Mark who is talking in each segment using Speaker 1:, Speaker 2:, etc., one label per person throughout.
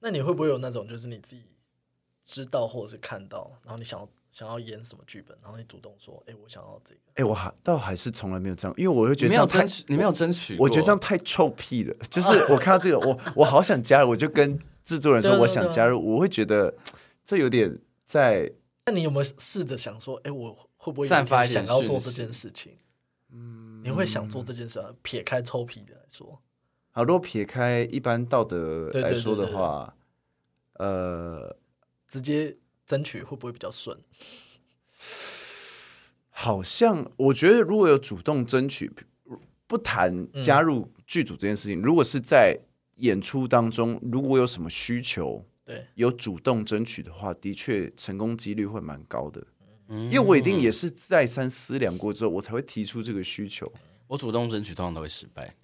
Speaker 1: 那你会不会有那种就是你自己知道或者是看到，然后你想要想要演什么剧本，然后你主动说，哎、我想要这个，
Speaker 2: 哎、我还倒还是从来没有这样，因为我会觉得这
Speaker 3: 你没有
Speaker 2: 样太
Speaker 3: 争，取，你没有争取过，
Speaker 2: 我觉得这样太臭屁了。就是我看到这个， 我我好想加入，我就跟制作人
Speaker 1: 对
Speaker 2: 说
Speaker 1: 啊
Speaker 2: 我
Speaker 1: 对啊
Speaker 2: 想
Speaker 1: 对啊
Speaker 2: 加入，我会觉得这有点在
Speaker 1: 那你有没有试着想说，哎、我会不会有
Speaker 3: 散
Speaker 1: 一天
Speaker 3: 发一点
Speaker 1: 想要做
Speaker 3: 讯
Speaker 1: 这
Speaker 3: 息
Speaker 1: 件事情？嗯，你会想做这件事啊？撇开臭屁的来说，
Speaker 2: 好，如果撇开一般道德来说的话，呃，
Speaker 1: 直接争取会不会比较顺？
Speaker 2: 好像我觉得如果有主动争取，不谈
Speaker 3: 嗯
Speaker 2: 加入剧组这件事情，如果是在演出当中，如果有什么需求。
Speaker 1: 对，
Speaker 2: 有主动争取的话，的确成功几率会蛮高的，
Speaker 3: 嗯，
Speaker 2: 因为我一定也是再三思量过之后，我才会提出这个需求。
Speaker 3: 我主动争取通常都会失败，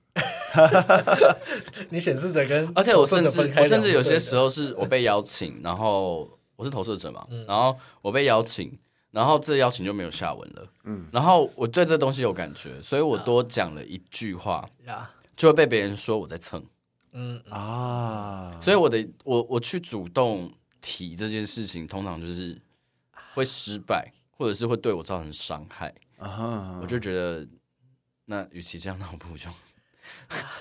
Speaker 1: 你显示者跟
Speaker 3: 而且我
Speaker 1: 投射
Speaker 3: 甚
Speaker 1: 者
Speaker 3: 至
Speaker 1: 分开
Speaker 3: 我甚至有
Speaker 1: 两
Speaker 3: 些
Speaker 1: 队
Speaker 3: 时候是我被邀请，然后我是投射者嘛，然后我被邀请，然后这邀请就没有下文了，嗯，然后我对这东西有感觉，所以我多讲了一句话，
Speaker 1: 的呀，
Speaker 3: 就会被别人说我在蹭，
Speaker 1: 嗯，
Speaker 2: 啊，
Speaker 3: 所以我的我我去主动提这件事情，通常就是会失败，或者是会对我造成伤害，
Speaker 2: 啊哈
Speaker 1: 嗯
Speaker 3: 我就觉得那与其这样，那我不如 就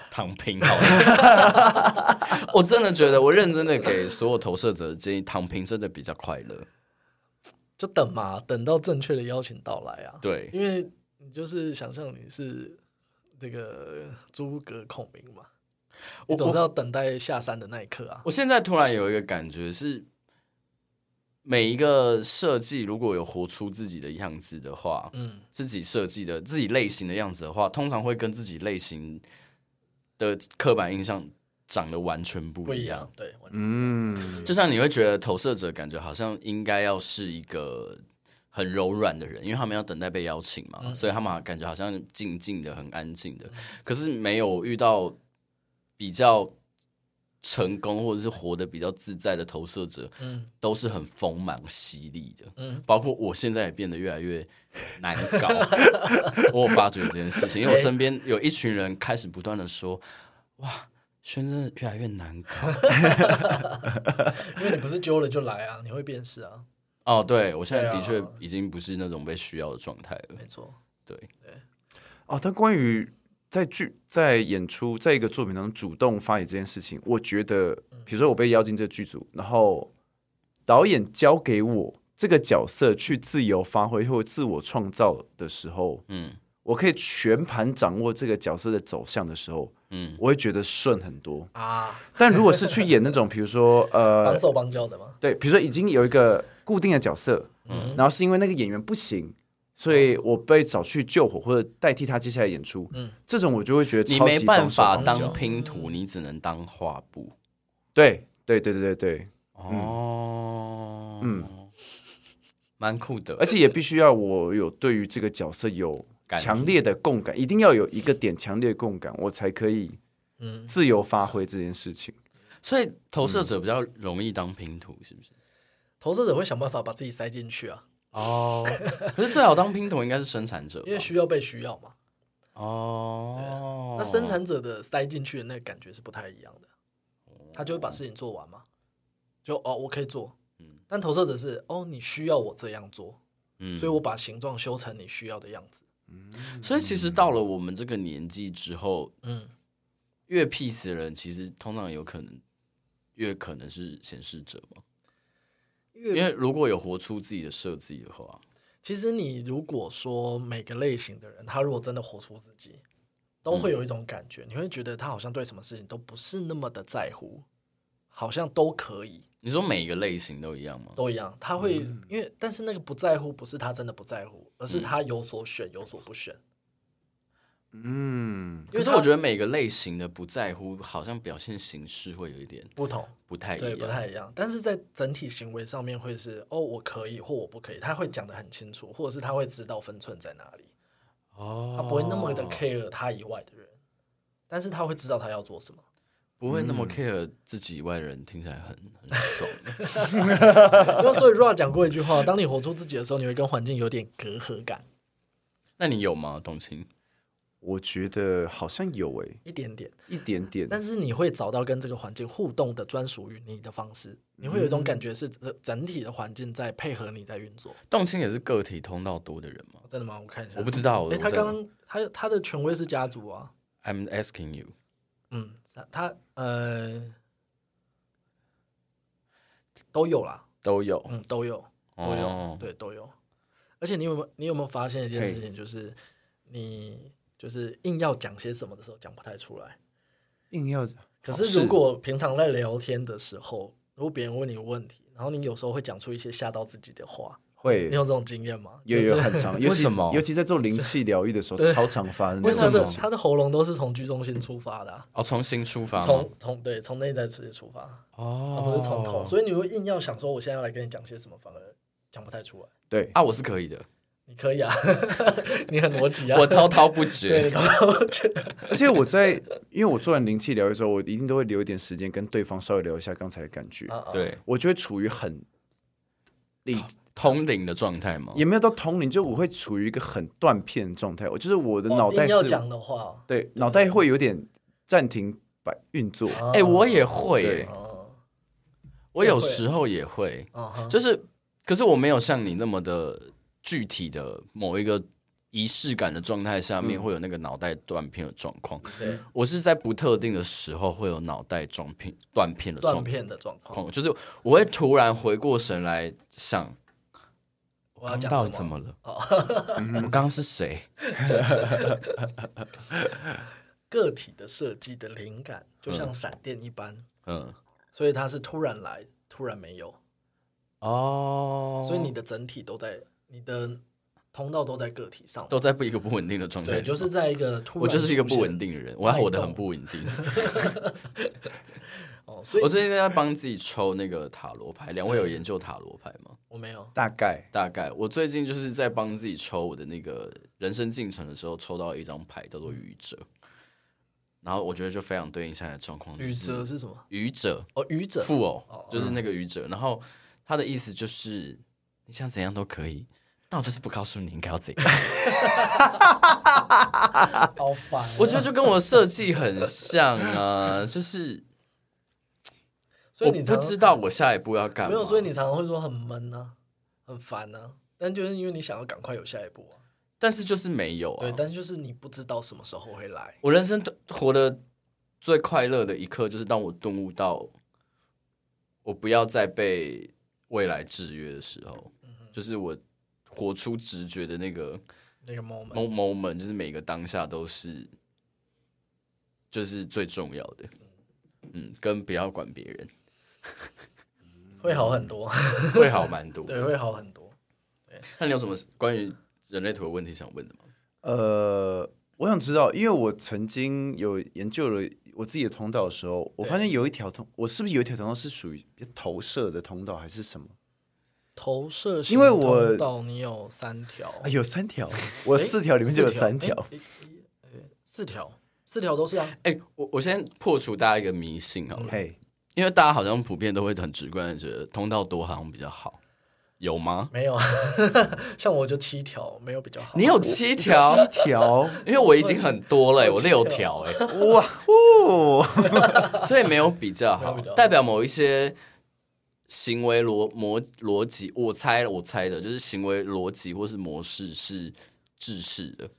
Speaker 3: 躺平好了。我真的觉得，我认真的给所有投射者的建议，躺平真的比较快乐。
Speaker 1: 就等嘛，等到正确的邀请到来啊。
Speaker 3: 对，
Speaker 1: 因为你就是想象你是这个诸葛孔明嘛，
Speaker 3: 我
Speaker 1: 你总是要等待下山的那一刻啊。
Speaker 3: 我现在突然有一个感觉是，每一个设计如果有活出自己的样子的话，
Speaker 1: 嗯，
Speaker 3: 自己设计的自己类型的样子的话，通常会跟自己类型的刻板印象长得完全
Speaker 1: 不
Speaker 3: 不
Speaker 1: 一
Speaker 3: 一样
Speaker 1: 样。，对，完全
Speaker 2: 嗯，
Speaker 3: 就像你会觉得投射者感觉好像应该要是一个很柔软的人，因为他们要等待被邀请嘛，所以他们感觉好像静静的、很安静的。可是没有遇到比较成功或者是活得比较自在的投射者，
Speaker 1: 嗯
Speaker 3: 都是很锋芒犀利的。
Speaker 1: 嗯，
Speaker 3: 包括我现在也变得越来越难搞，我有发觉这件事情，因为我身边有一群人开始不断的说，哇，轩真的越来越难搞。
Speaker 1: 因为你不是揪了就来啊，你会辨识啊，
Speaker 3: 哦，对，我现在
Speaker 1: 对
Speaker 3: 的
Speaker 1: 啊
Speaker 3: 确已经不是那种被需要的状态了
Speaker 1: 没。错，
Speaker 3: 对，
Speaker 2: 哦，但关于在剧、在演出、在一个作品当中主动发言这件事情，我觉得，
Speaker 3: 嗯
Speaker 2: 比如说我被邀进这剧组，然后导演交给我这个角色去自由发挥或自我创造的时候，
Speaker 3: 嗯
Speaker 2: 我可以全盘掌握这个角色的走向的时候，
Speaker 3: 嗯，
Speaker 2: 我会觉得顺很多。
Speaker 1: 啊，
Speaker 2: 但如果是去演那种，比如 说呃
Speaker 1: 帮，手帮教的嘛，
Speaker 2: 对，比如说已经有一个固定的角色，
Speaker 1: 嗯
Speaker 2: 然后是因为那个演员不行，所以我被找去救火或者代替他接下来演出，
Speaker 1: 嗯
Speaker 2: 这种我就会觉得
Speaker 3: 你
Speaker 2: 超级
Speaker 3: 没办法
Speaker 1: 啊
Speaker 2: 帮手帮
Speaker 3: 当
Speaker 2: 脚
Speaker 3: 拼图，你只能当画布。
Speaker 2: 对对对对对对，
Speaker 1: 嗯
Speaker 3: 哦，嗯，蛮酷的。
Speaker 2: 而且也必须要我有对于这个角色有
Speaker 3: 感触
Speaker 2: 强烈的共感，一定要有一个点强烈的共感，我才可以
Speaker 1: 嗯，
Speaker 2: 自由发挥这件事情。
Speaker 3: 所以投射者比较容易当拼图，是不是？
Speaker 1: 投射者会想办法把自己塞进去啊，
Speaker 3: 哦，可是最好当拼图应该是生产 者吧
Speaker 1: 因为需要被需要嘛。
Speaker 3: 哦，
Speaker 1: 啊那生产者的塞进去的那个感觉是不太一样的，他就会把事情做完嘛，就哦我可以做，
Speaker 3: 嗯
Speaker 1: 嗯，但投射者是哦你需要我这样做，
Speaker 3: 嗯，
Speaker 1: 所以我把形状修成你需要的样子，
Speaker 3: 所以其实到了我们这个年纪之后，
Speaker 1: 嗯，
Speaker 3: 越 peace 的人，其实通常有可能越可能是显示者嘛。
Speaker 1: 因
Speaker 3: 因为如果有活出自己的设计的话，
Speaker 1: 其实你如果说每个类型的人，他如果真的活出自己，都
Speaker 3: 嗯
Speaker 1: 会有一种感觉，你会觉得他好像对什么事情都不是那么的在乎，好像都可以，
Speaker 3: 你说每一个类型都一样吗？
Speaker 1: 都一样。他会、
Speaker 3: 嗯
Speaker 1: 因为，但是那个不在乎不是他真的不在乎，而是他有所选，有所不选。
Speaker 2: 嗯，
Speaker 1: 因
Speaker 3: 可
Speaker 1: 为
Speaker 3: 是
Speaker 1: 他
Speaker 3: 我觉得每个类型的不在乎，好像表现形式会有一点
Speaker 1: 不同，
Speaker 3: 不太一
Speaker 1: 对，
Speaker 3: 样。
Speaker 1: 不太一样。但是在整体行为上面，会是哦，我可以或我不可以，他会讲得很清楚，或者是他会知道分寸在哪里，
Speaker 3: 哦，
Speaker 1: 他不会那么的 care 他以外的人，但是他会知道他要做什么。
Speaker 3: 不会那
Speaker 1: 嗯
Speaker 3: 么 care 自己以外的人，听起来很很爽。
Speaker 1: 那所以 Ra 讲过一句话：，当你活出自己的时候，你会跟环境有点隔阂感。
Speaker 3: 那你有吗，董卿？
Speaker 2: 我觉得好像有诶、
Speaker 1: 一点点，
Speaker 2: 一点点。
Speaker 1: 但是你会找到跟这个环境互动的专属于你的方式，你会有一种感觉是整整体的环境在配合你在运作。
Speaker 3: 动心也是个体通道多的人嘛？
Speaker 1: 真的吗？我看一下，
Speaker 3: 我不知道。我
Speaker 1: 哎、他
Speaker 3: 我真的
Speaker 1: 刚刚他他的权威是家族啊，
Speaker 3: I'm asking you，
Speaker 1: 嗯，他他呃都有啦，
Speaker 3: 都有
Speaker 1: 嗯，都有，都有，
Speaker 3: 哦，
Speaker 1: 对，都有。而且你有没有你有没有发现一件事情，就是你就是硬要讲些什么的时候讲不太出来。
Speaker 2: 硬要，
Speaker 1: 可
Speaker 2: 哦
Speaker 1: 是如果平常在聊天的时候，如果别人问你问题，然后你有时候会讲出一些吓到自己的话，
Speaker 2: 会
Speaker 1: 你有这种经验吗？
Speaker 2: 有
Speaker 1: 就是
Speaker 2: 有很 长，尤
Speaker 3: 为
Speaker 2: 其
Speaker 3: 什么
Speaker 2: 尤其在做灵气疗愈的时候，
Speaker 1: 对
Speaker 2: 超常发生
Speaker 1: 因
Speaker 2: 这
Speaker 1: 为
Speaker 2: 种
Speaker 1: 他
Speaker 2: 事情。
Speaker 1: 的他的喉咙都是从居中心出发的啊、
Speaker 3: 哦，从新出发吗，
Speaker 1: 从从对从内在直接出发，而
Speaker 3: 哦，
Speaker 1: 不是从头，所以你会硬要想说我现在要来跟你讲些什么，反而讲不太出来。
Speaker 2: 对，
Speaker 3: 啊，我是可 以的，
Speaker 1: 你可以啊，你很逻辑啊，
Speaker 3: 我滔滔
Speaker 1: 对，
Speaker 3: 不
Speaker 1: 你
Speaker 3: 绝，
Speaker 1: 懂吗我觉得
Speaker 2: 而且我在，因为我做完灵气疗愈之后，我一定都会留一点时间跟对方稍微聊一下刚才的感觉，
Speaker 1: 啊啊
Speaker 3: 对，
Speaker 2: 我就会处于很理
Speaker 3: 通灵的状态嘛。
Speaker 2: 也
Speaker 1: 哦
Speaker 2: 没有到通灵，就我会处于一个很断片的状态。我就是我的
Speaker 1: 哦
Speaker 2: 脑袋
Speaker 1: 硬
Speaker 2: 是，
Speaker 1: 要讲的话，啊
Speaker 2: 对，脑袋会有点暂停摆运作。
Speaker 1: 哎
Speaker 3: 哎，我也会
Speaker 2: 对
Speaker 3: 耶，
Speaker 1: 哦，
Speaker 3: 我有时候也会，
Speaker 1: 嗯哼
Speaker 3: 就是，可是我没有像你那么的具体的某一个仪式感的状态下
Speaker 1: 嗯
Speaker 3: 面会有那个脑袋断片的状况。
Speaker 1: 对，
Speaker 3: 我是在不特定的时候会有脑袋撞片断片的
Speaker 1: 断
Speaker 3: 状
Speaker 1: 片的状况，
Speaker 3: 况，就是我会突然回过神来想，
Speaker 1: 我要
Speaker 3: 刚
Speaker 1: 讲
Speaker 3: 到底
Speaker 1: 什
Speaker 3: 怎？么了？
Speaker 1: 哦
Speaker 3: 我刚刚是谁？
Speaker 1: 个体的设计的灵感就像闪电一般，
Speaker 3: 嗯，
Speaker 1: 所以它是突然来，突然没有，
Speaker 3: 哦，
Speaker 1: 所以你的整体都在你的通道都在个体上，
Speaker 3: 都在不一个不稳定的状态
Speaker 1: 对，
Speaker 3: 里，
Speaker 1: 就是在一个突然，
Speaker 3: 我就是一个不稳定的人，我要活得很不稳定。
Speaker 1: 哦，所以
Speaker 3: 我
Speaker 1: 我
Speaker 3: 最近在帮自己抽那个塔罗牌，两位有研究塔罗牌吗？
Speaker 1: 我没有，
Speaker 2: 大概
Speaker 3: 大概我最近就是在帮自己抽我的那个人生进程的时候，抽到一张牌叫做愚者，然后我觉得就非常对应现在的状况。
Speaker 1: 愚者，是什么？
Speaker 3: 愚者，
Speaker 1: 哦，愚者，
Speaker 3: 富偶
Speaker 1: 哦，
Speaker 3: 就是那个愚者。然后他的意思就是你想怎样都可以，但我就是不告诉你应该要怎样。
Speaker 1: 好烦哦。
Speaker 3: 我觉得就跟我设计很像啊，就是
Speaker 1: 所
Speaker 3: 我
Speaker 1: 以你
Speaker 3: 不
Speaker 1: 常
Speaker 3: 知道啊我下一步要干嘛。
Speaker 1: 没有，所以你常常会说很闷呢，很烦呢，但就是因为你想要赶快有下一步啊，
Speaker 3: 但是就是没有啊。
Speaker 1: 对，但是就是你不知道什么时候会来，
Speaker 3: 我人生都活得最快乐的一刻，就是当我顿悟到我不要再被未来制约的时候，
Speaker 1: 嗯
Speaker 3: 就是我活出直觉的那个
Speaker 1: 那个 moment，
Speaker 3: mo- moment，就是每个当下都是就是最重要的。嗯，跟不要管别人嗯
Speaker 1: 会好很多，
Speaker 3: 会好蛮多。
Speaker 1: 对，会好很多。
Speaker 3: 那你有什么关于人类图的问题想问的吗？
Speaker 2: 呃，我想知道，因为我曾经有研究了我自己的通道的时候，我发现有一条通，我是不是有一条通道是属于投射的通道，还是 什么？
Speaker 1: 投射型
Speaker 2: 因为我
Speaker 1: 通道你有三条，
Speaker 2: 啊，有三条，我四条里面就有三条。
Speaker 1: 诶，诶诶四条，四条都是啊，
Speaker 3: 哎、我我先破除大家一个迷信好了，
Speaker 2: 嘿，
Speaker 3: 因为大家好像普遍都会很直观的觉得通道多好像比较好，有吗？
Speaker 1: 没有 啊，像我就七条，没有比较好。
Speaker 3: 你有七条，
Speaker 2: 七 条，
Speaker 3: 因为我已经很多了、欸，我
Speaker 1: 我七
Speaker 3: 六
Speaker 1: 条
Speaker 3: 条哎、
Speaker 2: 哇哦，
Speaker 3: 所以没有比较
Speaker 1: 没有
Speaker 3: 好
Speaker 1: 比较，好
Speaker 3: 代表某一些行为逻模逻辑，我猜我猜的就是行为逻辑或是模式是制式的，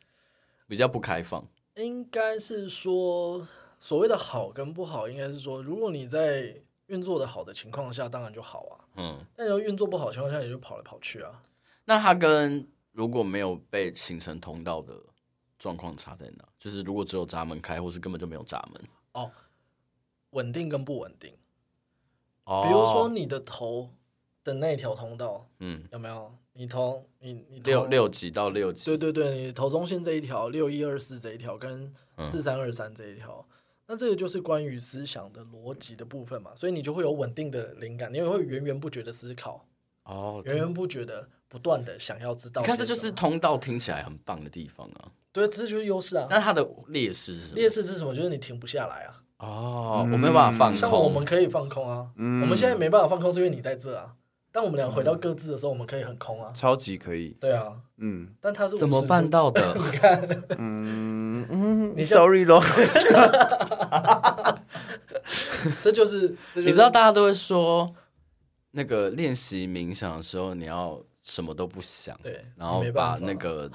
Speaker 3: 比较不开放。
Speaker 1: 应该是说所谓的好跟不好，应该是说，如果你在运作的好的情况下，当然就好啊；
Speaker 3: 嗯，
Speaker 1: 但你要运作不好的情况下，你就跑来跑去啊。
Speaker 3: 那它跟如果没有被形成通道的状况差在哪？就是如果只有闸门开，或是根本就没有闸门。
Speaker 1: 哦，稳定跟不稳定，
Speaker 3: 哦
Speaker 1: 比如说，你的头的那条通道
Speaker 3: 嗯，
Speaker 1: 有没有？你头，你你头
Speaker 3: 六六级到六级，
Speaker 1: 哦对对对，你头中线这一条，六一二四这一条，跟
Speaker 3: 嗯
Speaker 1: 四三二三这一条，那这个就是关于思想的逻辑的部分嘛，所以你就会有稳定的灵感，你也会源源不绝的思考，
Speaker 3: 哦，
Speaker 1: 源源不绝的不断的想要知道
Speaker 3: 你
Speaker 1: 些什么。
Speaker 3: 看这就是通道听起来很棒的地方啊，
Speaker 1: 对，这就是优势啊。
Speaker 3: 那它的劣势是什么
Speaker 1: 劣势是什么？就是你停不下来啊。
Speaker 3: 哦，我没有办法放
Speaker 1: 像我们
Speaker 3: 空，
Speaker 1: 可以放空啊，
Speaker 2: 嗯
Speaker 1: 我们现在没办法放空，是因为你在这啊。但我们俩回到各自的时候，我们可以很空啊。
Speaker 2: 超级可以，
Speaker 1: 对啊，
Speaker 2: 嗯
Speaker 1: 但他是
Speaker 3: 怎么
Speaker 1: 50
Speaker 3: 办
Speaker 1: 度？
Speaker 3: 到的？
Speaker 2: 嗯嗯，
Speaker 1: 你
Speaker 2: sorry 咯，
Speaker 1: 这就是，这就是
Speaker 3: 你知道大家都会说，那个练习冥想的时候，你要什么都不想，
Speaker 1: 对，
Speaker 3: 然后
Speaker 1: 没办
Speaker 3: 把
Speaker 1: 法嗯
Speaker 3: 那 个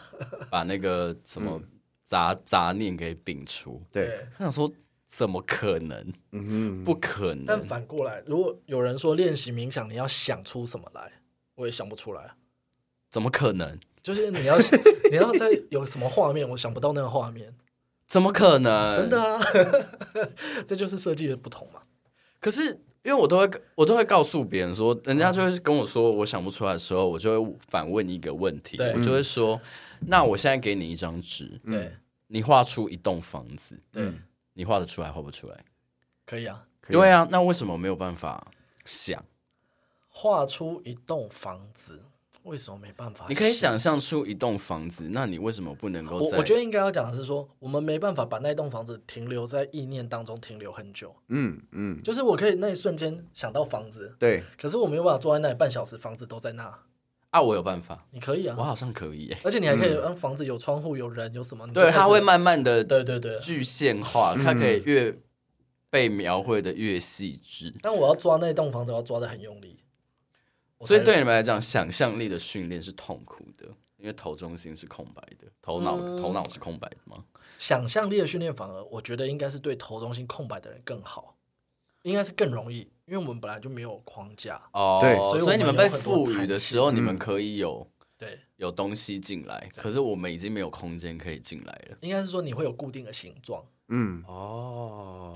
Speaker 3: 把那个什么杂杂念给摒除。
Speaker 2: 对，
Speaker 1: 对。
Speaker 3: 他想说，怎么可能？
Speaker 2: 嗯哼，
Speaker 3: 不可
Speaker 1: 但
Speaker 3: 能。
Speaker 1: 反过来，如果有人说练习冥想，你要想出什么来，我也想不出来啊。
Speaker 3: 怎么可能？
Speaker 1: 就是你 要你要在有什么画面，我想不到那个画面，
Speaker 3: 怎么可能？
Speaker 1: 真的啊， 这就是设计的不同嘛。
Speaker 3: 可是因为我都会我都会告诉别人说，人家就会跟我说我想不出来的时候，我就会反问一个问题，
Speaker 1: 对
Speaker 3: 我就会说，那我现在给你一张纸，
Speaker 1: 对
Speaker 3: 你画出一栋房子，
Speaker 1: 嗯对，
Speaker 3: 你画得出来画不出来？
Speaker 1: 可以啊，
Speaker 2: 可以
Speaker 3: 对啊，那为什么没有办法想？
Speaker 1: 画出一栋房子，为什么没办法？
Speaker 3: 你可以。想象出一栋房子，那你为什么不能够
Speaker 1: 我
Speaker 3: 在？
Speaker 1: 我觉得应该要讲的是说，我们没办法把那栋房子停留在意念当中停留很久。
Speaker 2: 嗯嗯，
Speaker 1: 就是我可以那一瞬间想到房子，
Speaker 2: 对，
Speaker 1: 可是我没有办法坐在那里半小时，房子都在那。
Speaker 3: 啊，我有办法，
Speaker 1: 你可以
Speaker 3: 我
Speaker 1: 啊，
Speaker 3: 好像可以耶。
Speaker 1: 而且你还可以让房子有窗户、有人、有什么。你就
Speaker 3: 嗯对，
Speaker 1: 开始
Speaker 3: 它会慢慢的
Speaker 1: 嗯对嗯对对。
Speaker 3: 具现化，它可以越被描绘的越细致。
Speaker 1: 但我要抓那栋房子，我要抓的很用力。我才
Speaker 3: 所以对你们来讲，想象力的训练是痛苦的，因为头中心是空白的，头脑、头脑是空白的吗？
Speaker 1: 想象力的训练，反而我觉得应该是对头中心空白的人更好，应该是更容易，因为我们本来就没有框架。
Speaker 3: 哦，
Speaker 2: 对
Speaker 1: 所以我
Speaker 3: 所以
Speaker 1: 们
Speaker 3: 你们被赋予的时候，
Speaker 2: 很多弹
Speaker 3: 你
Speaker 2: 性
Speaker 3: 们可以有
Speaker 1: 对，
Speaker 3: 有东西进来，可是我们已经没有空间可以进来了。
Speaker 1: 应该是说你会有固定的形状。
Speaker 2: 嗯，
Speaker 3: 哦，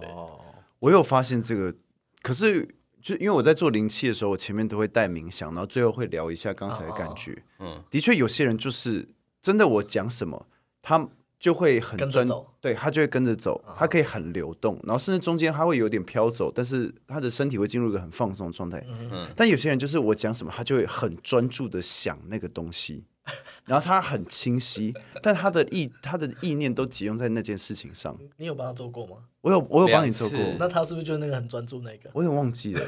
Speaker 2: 我有发现这个，可是就因为我在做灵气的时候，我前面都会带冥想，然后最后会聊一下刚才的感觉。
Speaker 3: 嗯，
Speaker 2: 的确，有些人就是真的，我讲什么，他就会很
Speaker 1: 跟着
Speaker 2: 专
Speaker 1: 走，啊
Speaker 2: 对他就会跟着走，他可以很流动，然后甚至中间他会有点飘走，但是他的身体会进入一个很放松的状态。
Speaker 1: 嗯
Speaker 2: 但有些人就是我讲什么，他就会很专注的想那个 东西。然后他很清晰，但他的意他的意念都集中在那件事情上。
Speaker 1: 你有帮他做过吗？
Speaker 2: 我有我有帮你做过，
Speaker 3: 两次
Speaker 1: 那他是不是就是那个很专注那个？
Speaker 2: 我有点忘记 了。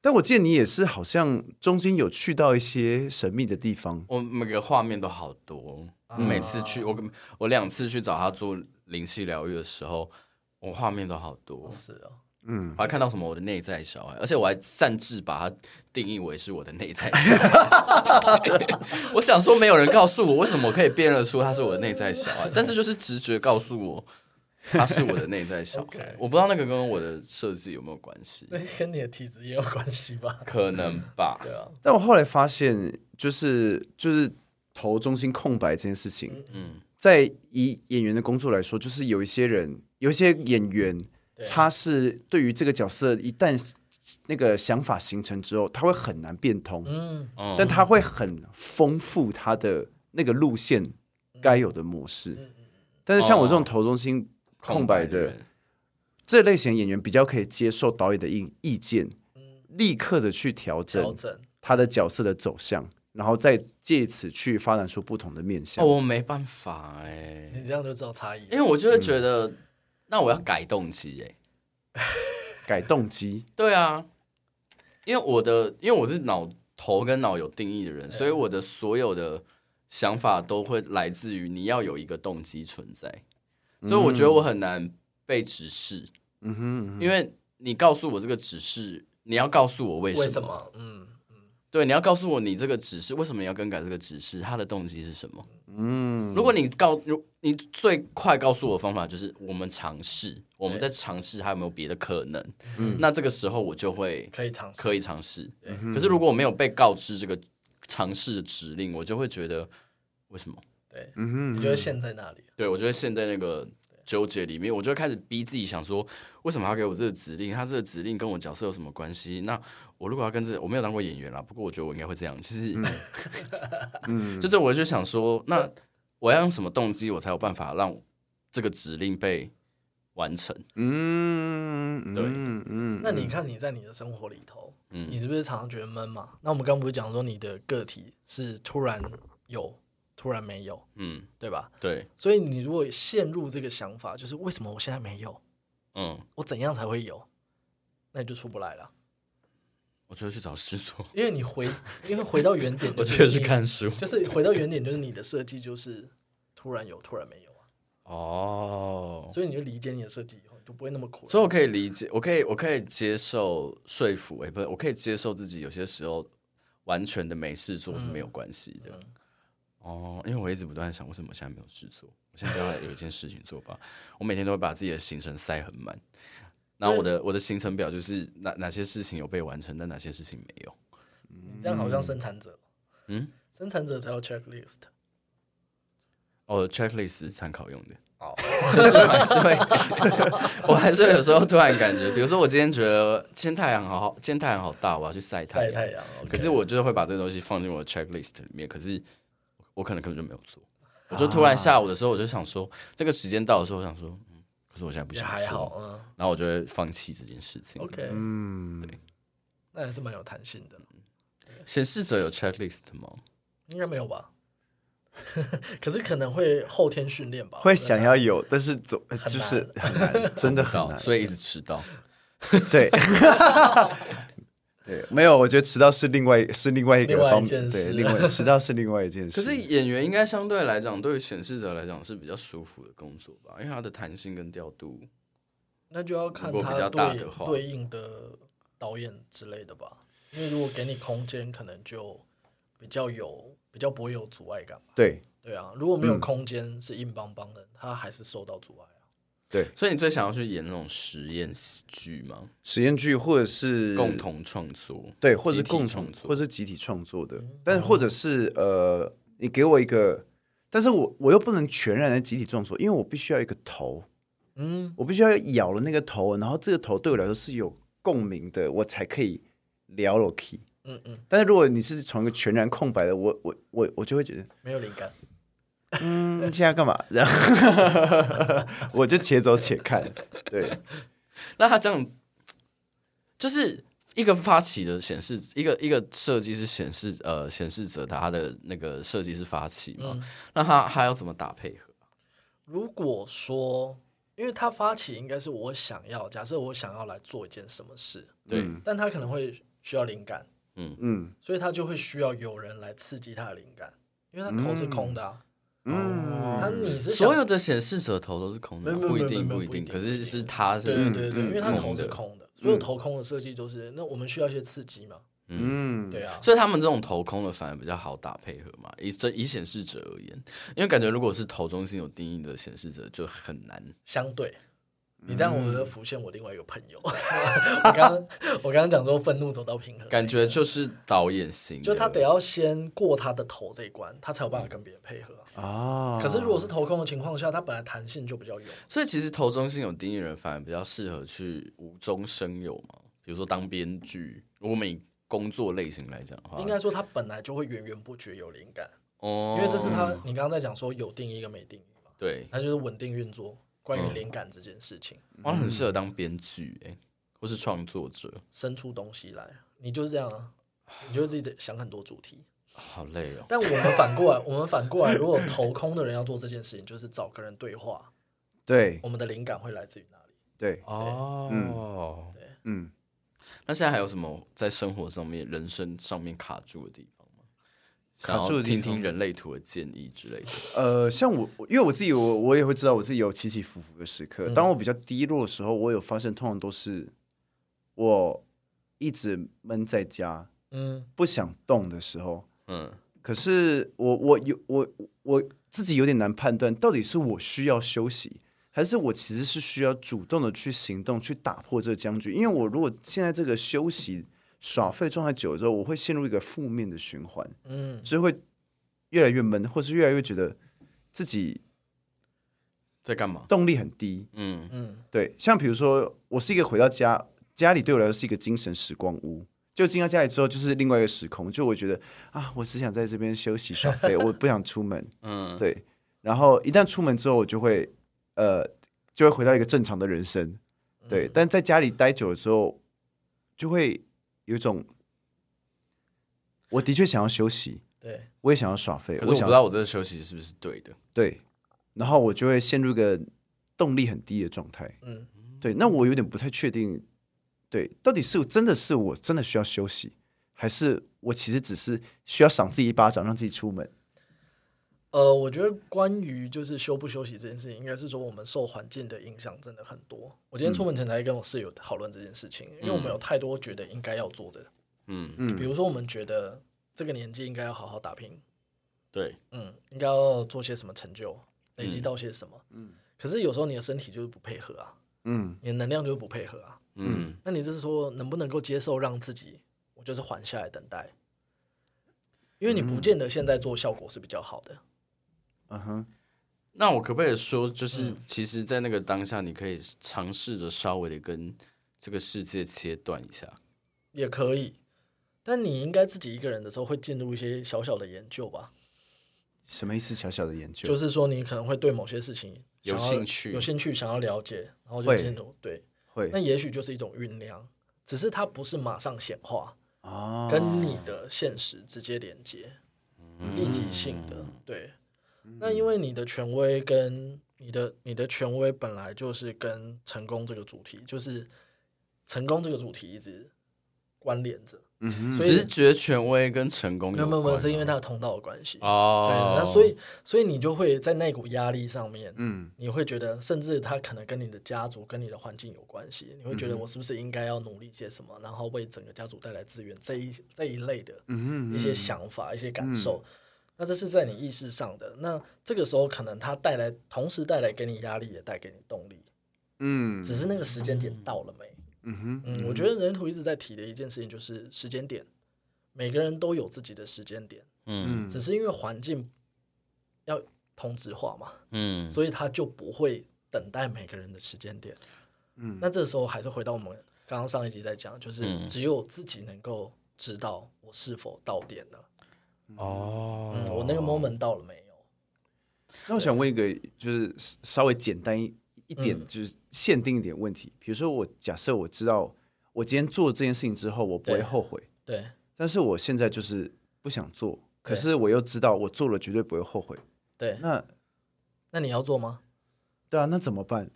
Speaker 2: 但我记得你也是，好像中间有去到一些神秘的地方。
Speaker 3: 我每个画面都好多，每次去我我两次去找他做灵气疗愈的时候，我画面都好多。
Speaker 1: 是哦，
Speaker 3: 啊
Speaker 2: 嗯，
Speaker 3: 我还看到什么我的内在小孩，而且我还擅自把它定义为是我的内在小孩。 我想说，没有人告诉我为什么我可以辨认出他是我的内在小孩，但是就是直觉告诉我他是我的内在小孩。
Speaker 1: OK
Speaker 3: 我不知道那个跟我的设计有没有关系，
Speaker 1: 那跟你的体质也有关系吧？
Speaker 3: 可能吧。
Speaker 1: 对啊，
Speaker 2: 但我后来发现，就是就是头中心空白这件事情，
Speaker 3: 嗯，
Speaker 2: 在以演员的工作来说，就是有一些人，有一些演员，
Speaker 1: 对
Speaker 2: 他是对于这个角色一旦那个想法形成之后，他会很难变通，
Speaker 1: 嗯，
Speaker 3: 嗯
Speaker 2: 但他会很丰富他的那个路线该有的模式。但是像我这种头中心空白的，
Speaker 3: 人
Speaker 2: 这类型的演员比较可以接受导演的意意见，立刻的去调
Speaker 1: 调
Speaker 2: 整
Speaker 1: 整
Speaker 2: 他的角色的走向，然后再借此去发展出不同的面向。
Speaker 3: 哦，我没办法哎、
Speaker 1: 你这样就知道差异了。
Speaker 3: 因为我就会觉得，那我要改动机哎、
Speaker 2: 改动机，
Speaker 3: 对啊，因为我的因为我是脑头跟脑有定义的人，所以我的所有的想法都会来自于你要有一个动机存在，所以我觉得我很难被指示，
Speaker 2: 嗯哼，嗯哼
Speaker 3: 因为你告诉我这个指示，你要告诉我为什么，
Speaker 1: 为什么？嗯，
Speaker 3: 对，你要告诉我你这个指示为什么你要更改这个指示，它的动机是什么？
Speaker 2: 嗯，
Speaker 3: 如果你告如你最快告诉我的方法就是我们尝试，我们在尝试还有没有别的可能，
Speaker 2: 嗯
Speaker 3: 那这个时候我就会
Speaker 1: 可以尝试。
Speaker 3: 可以尝试。可是如果我没有被告知这个尝试的指令，我就会觉得为什么？
Speaker 1: 对，
Speaker 2: 嗯哼，
Speaker 1: 你就会陷在那里。
Speaker 3: 对我就会陷在那个纠结里面，我就会开始逼自己想说，为什么要给我这个指令？他这个指令跟我角色有什么关系？那我如果要跟这我没有当过演员啦，不过我觉得我应该会这样，就是，
Speaker 2: 嗯
Speaker 3: 就是我就想说，那我要用什么动机，我才有办法让这个指令被完成？
Speaker 2: 嗯，嗯
Speaker 3: 对
Speaker 2: 嗯嗯
Speaker 1: 那你看你在你的生活里头，
Speaker 3: 嗯
Speaker 1: 你是不是常常觉得闷嘛？那我们刚不是讲说你的个体是突然有，突然没有，
Speaker 3: 嗯，
Speaker 1: 对吧？
Speaker 3: 对，
Speaker 1: 所以你如果陷入这个想法，就是为什么我现在没有，
Speaker 3: 嗯
Speaker 1: 我怎样才会有？那你就出不来了。
Speaker 3: 我就去找事做，
Speaker 1: 因为你回，因为回到原点，
Speaker 3: 我就去，看书。
Speaker 1: 就是回到原点，就是你的设计就是突然有，突然没有啊，
Speaker 3: 哦，
Speaker 1: 所以你就理解你的设计以后，你就不会那么苦了。
Speaker 3: 所以我可以理解，我可以，我可以接受说服，哎、不是，我可以接受自己有些时候完全的没事做是没有关系
Speaker 1: 嗯
Speaker 3: 的。哦，因为我一直不断地想，为什么我现在没有事做？我现在不要来有一件事情做吧。 我每天都会把自己的行程塞很满，然后我的我的行程表就是哪哪些事情有被完成，但哪些事情没有。
Speaker 1: 你这样好像生产者，
Speaker 3: 嗯，
Speaker 1: 生产者才有 checklist。
Speaker 3: 哦，checklist 是参考用的。
Speaker 1: 哦，
Speaker 3: 就是我还是会，我还是会 有时候突然感觉，比如说我今天觉得今天太阳好好，今天太阳好大，我要去晒太
Speaker 1: 晒
Speaker 3: 阳。
Speaker 1: 太阳。
Speaker 3: 可是我就是会把这个东西放进我的 checklist 里面，可是我可能根本就没有做。我就突然下午的时候，我就想说，这个时间到的时候，我想说，嗯，可是我现在不
Speaker 1: 也
Speaker 3: 想
Speaker 1: 还
Speaker 3: 做，
Speaker 1: 好，嗯
Speaker 3: 然后我就会放弃这件事情。
Speaker 1: ，OK，
Speaker 2: 嗯，
Speaker 1: 那还是蛮有弹性的，
Speaker 3: 显示者有 checklist 吗？
Speaker 1: 应该没有吧？ 可是可能会后天训练吧，
Speaker 2: 会想要有，但是总就是很难，真的很
Speaker 3: 到，
Speaker 2: 难。
Speaker 3: 所以一直迟到。
Speaker 2: 对， 对，没有，我觉得迟到是另外是另外一个
Speaker 1: 另外一
Speaker 2: 方
Speaker 1: 件
Speaker 2: 面，对，
Speaker 1: 事
Speaker 2: 另外迟到是另外一件
Speaker 3: 可
Speaker 2: 事。
Speaker 3: 是演员应该相对来讲，对于显示者来讲是比较舒服的工作吧，因为它的弹性跟调度。
Speaker 1: 那就要看
Speaker 3: 如果比
Speaker 1: 他
Speaker 3: 较大
Speaker 1: 对
Speaker 3: 的话
Speaker 1: 对应的导演之类的吧。因为如果给你空间，可能就比较有比较不会有阻碍感吧。
Speaker 2: 对
Speaker 1: 对啊，如果没有
Speaker 2: 嗯
Speaker 1: 空间是硬邦邦的，他还是受到阻碍啊。
Speaker 3: 所以你最想要去演那种实验喜剧吗？
Speaker 2: 实验剧或者是
Speaker 3: 共同创作，
Speaker 2: 对，或者是
Speaker 3: 集体
Speaker 2: 共
Speaker 3: 创
Speaker 2: 同，
Speaker 3: 作
Speaker 2: 或者是集体创作的，
Speaker 1: 嗯
Speaker 2: 但是或
Speaker 1: 哦
Speaker 2: 者是呃，你给我一个，但是我我又不能全然的集体创作，因为我必须要一个头，
Speaker 1: 嗯，
Speaker 2: 我必须要咬了那个头，然后这个头对我来说是有共鸣的，我才可以聊 l o k
Speaker 1: 嗯嗯，
Speaker 2: 但是如果你是从一个全然空白的，我我我我就会觉得，
Speaker 1: 没有灵感。
Speaker 2: 嗯，现在要干嘛？然后 我就且走且看，
Speaker 1: 嗯
Speaker 2: 对，
Speaker 3: 那他这样就是一个发起的显示，一个一个设计是显示呃显示者他的那个设计是发起嘛？
Speaker 1: 嗯
Speaker 3: 那他他要怎么打配合？
Speaker 1: 如果说，因为他发起应该是我想要，假设我想要来做一件什么事，
Speaker 3: 对，
Speaker 2: 嗯
Speaker 1: 但他可能会需要灵感，
Speaker 2: 嗯
Speaker 1: 所以他就会需要有人来刺激他的灵感，因为他头是空的、啊。
Speaker 2: 嗯，
Speaker 1: 他你是想
Speaker 3: 哦所有的显示者头都是空的吗，
Speaker 1: 没有
Speaker 3: 不
Speaker 1: 没
Speaker 3: 一
Speaker 1: 有
Speaker 3: 定
Speaker 1: 没有没
Speaker 3: 一
Speaker 1: 有
Speaker 3: 定，
Speaker 1: 不
Speaker 3: 可
Speaker 1: 一定不一定
Speaker 3: 是是他是
Speaker 1: 对
Speaker 2: 嗯
Speaker 1: 对对，因为他头
Speaker 3: 空
Speaker 1: 是
Speaker 3: 的，
Speaker 1: 空的，所有头空的设计都是那我们需要一些刺激嘛，
Speaker 2: 嗯，
Speaker 1: 对啊，
Speaker 3: 所以他们这种头空的反而比较好打配合嘛。以这以显示者而言，因为感觉如果是头中心有定义的显示者就很难。
Speaker 1: 相对。
Speaker 2: 嗯
Speaker 1: 你这样，我就浮现我另外一个朋友。 我刚我刚刚讲说愤怒走到平衡，
Speaker 3: 感觉就是导演型的，
Speaker 1: 就他得要先过他的头这一关，他才有办法跟别人配合啊、
Speaker 2: 啊，
Speaker 1: 可是如果是投控的情况下，他本来弹性就比较有，
Speaker 3: 所以其实头中心有定义的人，反而比较适合去无中生有嘛。比如说当编剧，如果我们以工作类型来讲的话，
Speaker 1: 应该说他本来就会源源不绝有灵感，
Speaker 3: 嗯哦
Speaker 1: 因为这是他你刚刚在讲说有定义跟没定义嘛，
Speaker 3: 对，
Speaker 1: 他就是稳定运作。关于灵感这件事情，
Speaker 3: 哇，很适合当编剧哎，或是创作者，
Speaker 1: 生出东西来，你就是这样啊，你就自己想很多主题。
Speaker 3: 好累哦。
Speaker 1: 但我们反过来，我们反过来，如果投空的人要做这件事情，就是找个人对话，
Speaker 2: 对
Speaker 1: 我们的灵感会来自于哪里？
Speaker 2: 对，
Speaker 3: 哦，
Speaker 2: 嗯，
Speaker 3: 那现在还有什么在生活上面、人生上面卡住的地方吗？想
Speaker 2: 卡住
Speaker 3: 要
Speaker 2: 的地
Speaker 3: 听
Speaker 2: 方
Speaker 3: 听人类图的建议之类的。
Speaker 2: 呃，像我，我因为我自己，我我也会知道我自己有起起伏伏的时刻。当我比较低落的时候，我有发现，通常都是我一直闷在家
Speaker 1: 嗯，
Speaker 2: 不想动的时候。
Speaker 3: 嗯，
Speaker 2: 可是我我有我我自己有点难判断，到底是我需要休息，还是我其实是需要主动的去行动，去打破这个僵局。因为我如果现在这个休息耍废状态久了之后，我会陷入一个负面的循环。
Speaker 1: 嗯，
Speaker 2: 所以会越来越闷，或是越来越觉得自己
Speaker 3: 在干嘛？
Speaker 2: 动力很低。
Speaker 3: 嗯，
Speaker 2: 对，像比如说，我是一个回到家，家里对我来说是一个精神时光屋。就进到家里之后，就是另外一个时空。就我觉得啊，我只想在这边休息耍 废，我不想出门。
Speaker 3: 嗯，
Speaker 2: 对，然后一旦出门之后，我就会呃，就会回到一个正常的人生。对，
Speaker 3: 嗯
Speaker 2: 但在家里待久了之后，就会有一种，我的确想要休息，
Speaker 1: 对，
Speaker 2: 我也想要耍废，
Speaker 3: 可是我不
Speaker 2: 想
Speaker 3: 知道我这个休息是不是对的。
Speaker 2: 对，然后我就会陷入一个动力很低的状态。
Speaker 1: 嗯，
Speaker 2: 对，那我有点不太确定对，到底是真的是我真的需要休息，还是我其实只是需要赏自己一巴掌，让自己出门？
Speaker 1: 呃，我觉得关于就是休不休息这件事情，应该是说我们受环境的影响真的很多。我今天
Speaker 2: 嗯
Speaker 1: 出门前才跟我室友讨论这件事情，因为我们有太多觉得应该要做的，
Speaker 3: 嗯，
Speaker 1: 比如说我们觉得这个年纪应该要好好打拼，
Speaker 3: 对，
Speaker 1: 嗯，应该要做些什么成就，累积到些什么，
Speaker 2: 嗯
Speaker 1: 可是有时候你的身体就是不配合啊，
Speaker 2: 嗯
Speaker 1: 你的能量就是不配合啊。
Speaker 3: 嗯，
Speaker 1: 那你就是说能不能够接受让自己，我就是缓下来等待，因为你不见得现在做效果是比较好的。
Speaker 2: 嗯哼，
Speaker 3: 那我可不可以说，
Speaker 1: 嗯
Speaker 3: 就是其实，在那个当下，你可以尝试着稍微的跟这个世界切断一下。
Speaker 1: 也可以。但你应该自己一个人的时候会进入一些小小的研究吧，
Speaker 2: 什么意思？小小的研究，
Speaker 1: 就是说你可能会对某些事情
Speaker 3: 有
Speaker 1: 想要
Speaker 3: 兴趣
Speaker 1: 有兴趣想要了解，然后就
Speaker 2: 会
Speaker 1: 进入对，
Speaker 2: 会
Speaker 1: 那也许就是一种酝酿，只是它不是马上显化，
Speaker 2: 哦，
Speaker 1: 跟你的现实直接连接，
Speaker 3: 嗯
Speaker 1: 立即性的对。那因为你的权威跟你的你的权威本来就是跟成功这个主题，就是成功这个主题一直关联着，
Speaker 2: 嗯哼，
Speaker 1: 所以
Speaker 3: 直觉权威跟成功
Speaker 1: 没有没有没
Speaker 3: 关
Speaker 1: 有，
Speaker 3: 吗
Speaker 1: 是因为它的通道的关系。
Speaker 3: 哦，
Speaker 1: 对，那所以所以你就会在那股压力上面，
Speaker 2: 嗯
Speaker 1: 你会觉得，甚至它可能跟你的家族、跟你的环境有关系。你会觉得我是不是应该要努力些什么，然后为整个家族带来资源这一这一类的
Speaker 2: 嗯哼
Speaker 1: 一些想法、一些感受。那这是在你意识上的。那这个时候，可能它带来同时带来给你压力，也带给你动力，
Speaker 2: 嗯
Speaker 1: 只是那个时间点到了没？
Speaker 2: 嗯哼
Speaker 1: 嗯，我觉得人图一直在提的一件事情就是时间点，每个人都有自己的时间点。
Speaker 3: 嗯
Speaker 1: 只是因为环境要同质化嘛，
Speaker 3: 嗯，
Speaker 1: 所以他就不会等待每个人的时间点。
Speaker 2: 嗯
Speaker 1: 那这时候还是回到我们刚刚上一集在讲，就是
Speaker 3: 嗯
Speaker 1: 只有自己能够知道我是否到点了，
Speaker 3: 哦
Speaker 1: 嗯，我那个 moment 到了没有？
Speaker 2: 那我想问一个，就是稍微简单一一点，
Speaker 1: 嗯
Speaker 2: 就是限定一点问题。比如说，我假设我知道我今天做这件事情之后，我不会
Speaker 1: 对
Speaker 2: 后悔，
Speaker 1: 对，
Speaker 2: 但是我现在就是不想做，可
Speaker 1: 对
Speaker 2: 是我又知道我做了绝对不会后悔。
Speaker 1: 对，
Speaker 2: 那
Speaker 1: 那你要做吗？
Speaker 2: 对啊，那怎么办？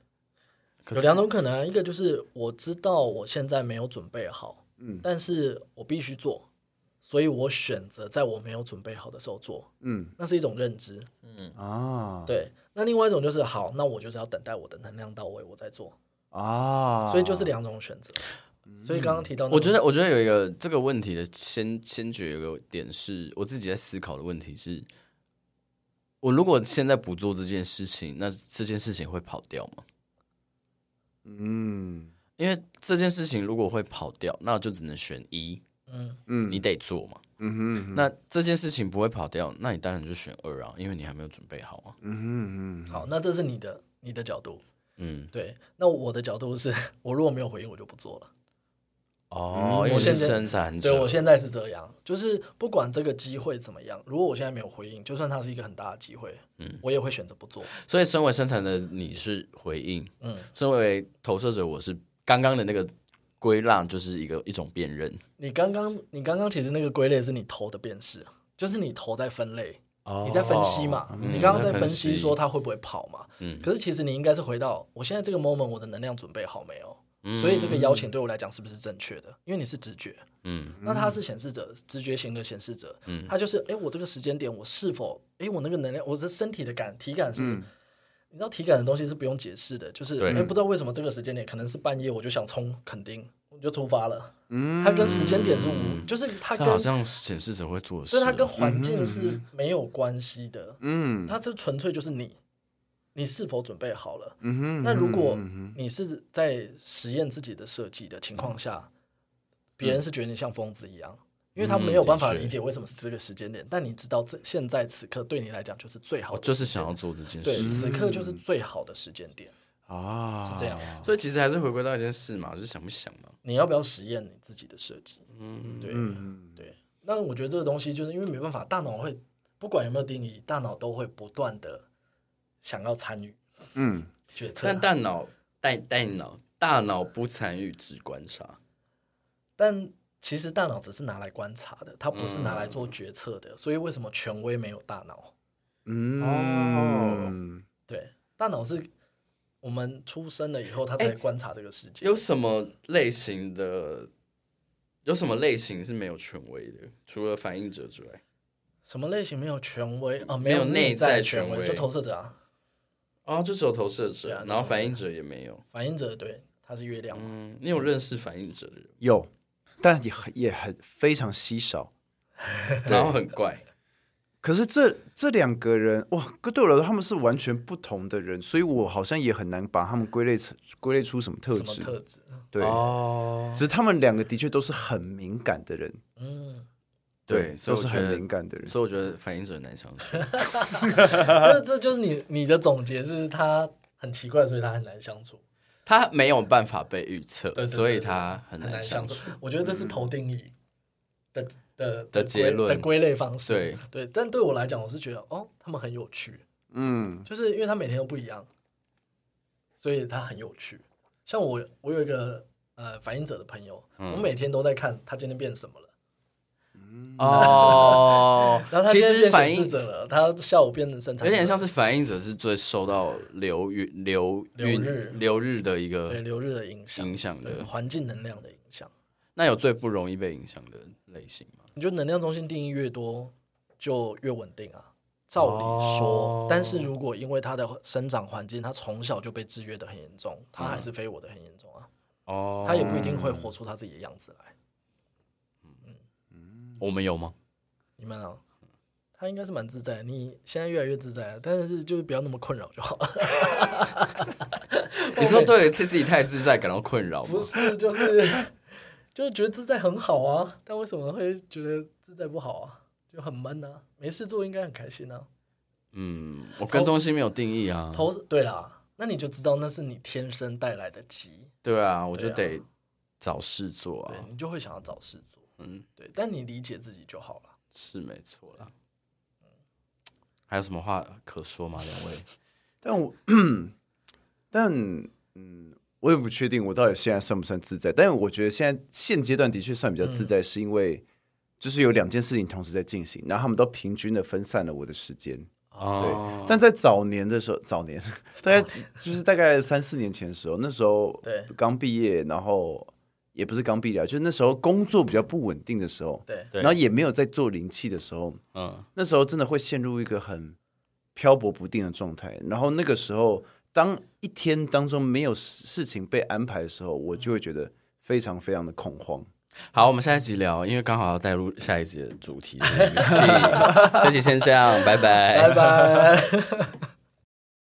Speaker 3: 可
Speaker 1: 有
Speaker 3: 是
Speaker 1: 两种可能啊、一个就是我知道我现在没有准备好，
Speaker 2: 嗯
Speaker 1: 但是我必须做，所以我选择在我没有准备好的时候做，
Speaker 2: 嗯
Speaker 1: 那是一种认知。
Speaker 2: 啊，
Speaker 1: 对，那另外一种就是好，那我就是要等待我的能量到位，我再做，
Speaker 2: 啊，
Speaker 1: 所以就是两种选择。所以刚刚提到那个，
Speaker 3: 嗯我觉得，我觉得有一个这个问题的先先决有个点是我自己在思考的问题是，我如果现在不做这件事情，那这件事情会跑掉吗？
Speaker 2: 嗯
Speaker 3: 因为这件事情如果会跑掉，那就只能选一，
Speaker 1: 嗯，
Speaker 2: 嗯
Speaker 3: 你得做嘛。
Speaker 2: 嗯哼嗯哼
Speaker 3: 那这件事情不会跑掉，那你当然就选二啊，因为你还没有准备好啊。
Speaker 2: 嗯哼嗯哼
Speaker 1: 好，那这是你的你的角度，
Speaker 3: 嗯，
Speaker 1: 对。那我的角度是， 我如果没有回应，我就不做了。
Speaker 3: 哦，
Speaker 1: 嗯
Speaker 3: 因为
Speaker 1: 我
Speaker 3: 你
Speaker 1: 现
Speaker 3: 是啊
Speaker 1: 在
Speaker 3: 生产
Speaker 1: 对
Speaker 3: 者，
Speaker 1: 我现在是这样，就是不管这个机会怎么样，如果我现在没有回应，就算它是一个很大的机会，嗯，我也会选择不做。
Speaker 3: 所以，身为生产的你是回应，
Speaker 1: 嗯，
Speaker 3: 身为投射者，我是刚刚的那个归纳，就是一个一种辨认。
Speaker 1: 你刚刚你刚刚其实那个归类是你头的辨识，就是你头在分类，
Speaker 3: 哦
Speaker 1: 你在分析嘛？
Speaker 3: 嗯
Speaker 1: 你刚刚在
Speaker 3: 在
Speaker 1: 分析
Speaker 3: 析
Speaker 1: 说它会不会跑嘛？
Speaker 3: 嗯
Speaker 1: 可是其实你应该是回到我现在这个 moment，我的能量准备好没有？所以这个邀请对我来讲是不是正确的？因为你是直觉，
Speaker 3: 嗯
Speaker 1: 那它是显示者，直觉型的显示者，
Speaker 3: 嗯
Speaker 1: 它就是哎，诶我这个时间点我是否哎，诶我那个能量，我的身体的感体感是。你知道体感的东西是不用解释的，就是
Speaker 3: 嗯对
Speaker 1: 哎，诶不知道为什么这个时间点，可能是半夜我就想冲垦丁，我就出发了。
Speaker 2: 嗯
Speaker 1: 它跟时间点是无，就是它
Speaker 3: 嗯这
Speaker 1: 跟
Speaker 3: 好像嗯显示者会做的事
Speaker 1: 所以。它跟环境是没有关系的，
Speaker 2: 嗯
Speaker 1: 它这纯粹就是你，你是否准备好了？
Speaker 2: 嗯哼
Speaker 1: 那如果
Speaker 2: 嗯哼
Speaker 1: 你是在实验自己的设计的情况下，别人是觉得你像疯子一样，因为他没有办法
Speaker 3: 嗯的确
Speaker 1: 理解为什么是这个时间点，但你知道这现在此刻对你来讲就是最好
Speaker 3: 我
Speaker 1: 的
Speaker 3: 哦就
Speaker 1: 时间，
Speaker 3: 是想要嗯做这件
Speaker 1: 对，
Speaker 3: 事，
Speaker 1: 此刻就是最好的时间点，
Speaker 2: 啊
Speaker 1: 是这样子。
Speaker 3: 所以其实还是回归到一件事嘛，就是想不想嘛。
Speaker 1: 你要不要实验你自己的设计？
Speaker 3: 嗯，
Speaker 1: 对、
Speaker 2: 嗯
Speaker 1: 对。那我觉得这个东西就是因为没办法，大脑会不管有没有定义，大脑都会不断的想要参与
Speaker 2: 嗯
Speaker 1: 决策，
Speaker 3: 但大脑、带带脑、大脑不参与，只观察。
Speaker 1: 但其实大脑只是拿来观察的，它不是拿
Speaker 3: 嗯
Speaker 1: 来做决策的。所以为什么权威没有大脑？
Speaker 2: 嗯
Speaker 3: 哦
Speaker 1: 对，大脑是，我们出生了以后，
Speaker 2: 哎
Speaker 1: 他才观察这个世界。
Speaker 3: 有什么类型的？有什么类型是没有权威的？除了反应者之外，
Speaker 1: 什么类型没有权威啊？
Speaker 3: 没有
Speaker 1: 有
Speaker 3: 内在
Speaker 1: 在
Speaker 3: 权威
Speaker 1: 威，就投射者啊，
Speaker 3: 哦，就只有投射
Speaker 1: 对
Speaker 3: 者
Speaker 1: 啊，
Speaker 3: 然后反应者也没有。
Speaker 1: 反应者对，他是月亮嘛。
Speaker 3: 嗯，你有认识反应者的人，
Speaker 2: 有，但也很也很非常稀少。
Speaker 3: 然后很怪，
Speaker 2: 可是这这两个人哇，对我来说他们是完全不同的人，所以我好像也很难把他们归类成归类出什
Speaker 3: 嗯
Speaker 2: 么特
Speaker 1: 什么
Speaker 2: 质。
Speaker 1: 特质？
Speaker 2: 对，
Speaker 3: 哦
Speaker 2: 只，是他们两个的确都是很敏感的人，
Speaker 1: 嗯，
Speaker 3: 对，所
Speaker 2: 都
Speaker 3: 以我
Speaker 2: 是
Speaker 3: 觉
Speaker 2: 很
Speaker 3: 得
Speaker 2: 敏，感的人。
Speaker 3: 所以我觉得反应者很难相处。
Speaker 1: 这这就是你你的总结是他很奇怪，所以他很难相处，
Speaker 3: 他没有办法被预测
Speaker 1: 对，对对
Speaker 3: 所以他
Speaker 1: 很
Speaker 3: 很难
Speaker 1: 难
Speaker 3: 相
Speaker 1: 相
Speaker 3: 处。嗯
Speaker 1: 处。我觉得这是头定义的的
Speaker 3: 的
Speaker 1: 归
Speaker 3: 结论
Speaker 1: 的归类方式。
Speaker 3: 对
Speaker 1: 对，但对我来讲，我是觉得哦，他们很有趣，
Speaker 2: 嗯，
Speaker 1: 就是因为他每天都不一样，所以他很有趣。像我，我有一个呃反应者的朋友，
Speaker 3: 嗯
Speaker 1: 我每天都在看他今天变什么了。
Speaker 3: 哦
Speaker 1: 然后他
Speaker 3: 其
Speaker 1: 今天
Speaker 3: 实
Speaker 1: 变
Speaker 3: 反
Speaker 1: 显
Speaker 3: 应
Speaker 1: 示者了，他下午变成生产
Speaker 3: 有
Speaker 1: 者，
Speaker 3: 点像是反应者是最受到流运流运
Speaker 1: 流日
Speaker 3: 流日的一
Speaker 1: 对
Speaker 3: 个
Speaker 1: 流日的影响，
Speaker 3: 影响
Speaker 1: 对
Speaker 3: 的。
Speaker 1: 环境能量的影响。
Speaker 3: 那有最不容易被影响的类型吗？
Speaker 1: 你觉得能量中心定义越多，就越稳定啊？照理说，
Speaker 3: 哦
Speaker 1: 但是如果因为他的生长环境，他从小就被制约的很严重，他还是非我的很严重啊，
Speaker 3: 哦
Speaker 1: 他也不一定会活出他自己的样子来。
Speaker 3: 我们有吗？
Speaker 1: 你们啊，他应该是蛮自在的，你现在越来越自在了，但是就是不要那么困扰就好了。
Speaker 3: 你说对自己太自在感到困扰吗
Speaker 1: 不？ 是，就是就是觉得自在很好啊，但为什么会觉得自在不好啊？就很闷啊，没事做应该很开心啊。
Speaker 3: 嗯，我跟中心没有定义啊。
Speaker 1: 投对啦，那你就知道那是你天生带来的急，
Speaker 3: 对啊，我就
Speaker 1: 对
Speaker 3: 得找事做
Speaker 1: 对
Speaker 3: 啊。
Speaker 1: 你就会想要找事做，
Speaker 3: 嗯，
Speaker 1: 对，但你理解自己就好了。
Speaker 3: 是没错啦。还有什么话可说吗？两位？
Speaker 2: 但我但嗯，我也不确定我到底现在算不算自在，但我觉得现在现阶段的确算比较自
Speaker 3: 嗯
Speaker 2: 在，是因为就是有两件事情同时在进行，然后他们都平均的分散了我的时间。
Speaker 3: 哦，
Speaker 2: 但在早年的时候，早年 大概就是大概三四年前的时候，那时候
Speaker 1: 对
Speaker 2: 刚毕业，然后也不是刚毕业啊，就是那时候工作比较不稳定的时候，
Speaker 1: 对，
Speaker 3: 对
Speaker 2: 然后也没有在做灵气的时候，
Speaker 3: 嗯，
Speaker 2: 那时候真的会陷入一个很漂泊不定的状态。然后那个时候，当一天当中没有事情被安排的时候，我就会觉得非常非常的恐慌。
Speaker 3: 好，我们下一集聊，因为刚好要带入下一集的主题。对不起这集先这样，拜拜
Speaker 1: 拜拜。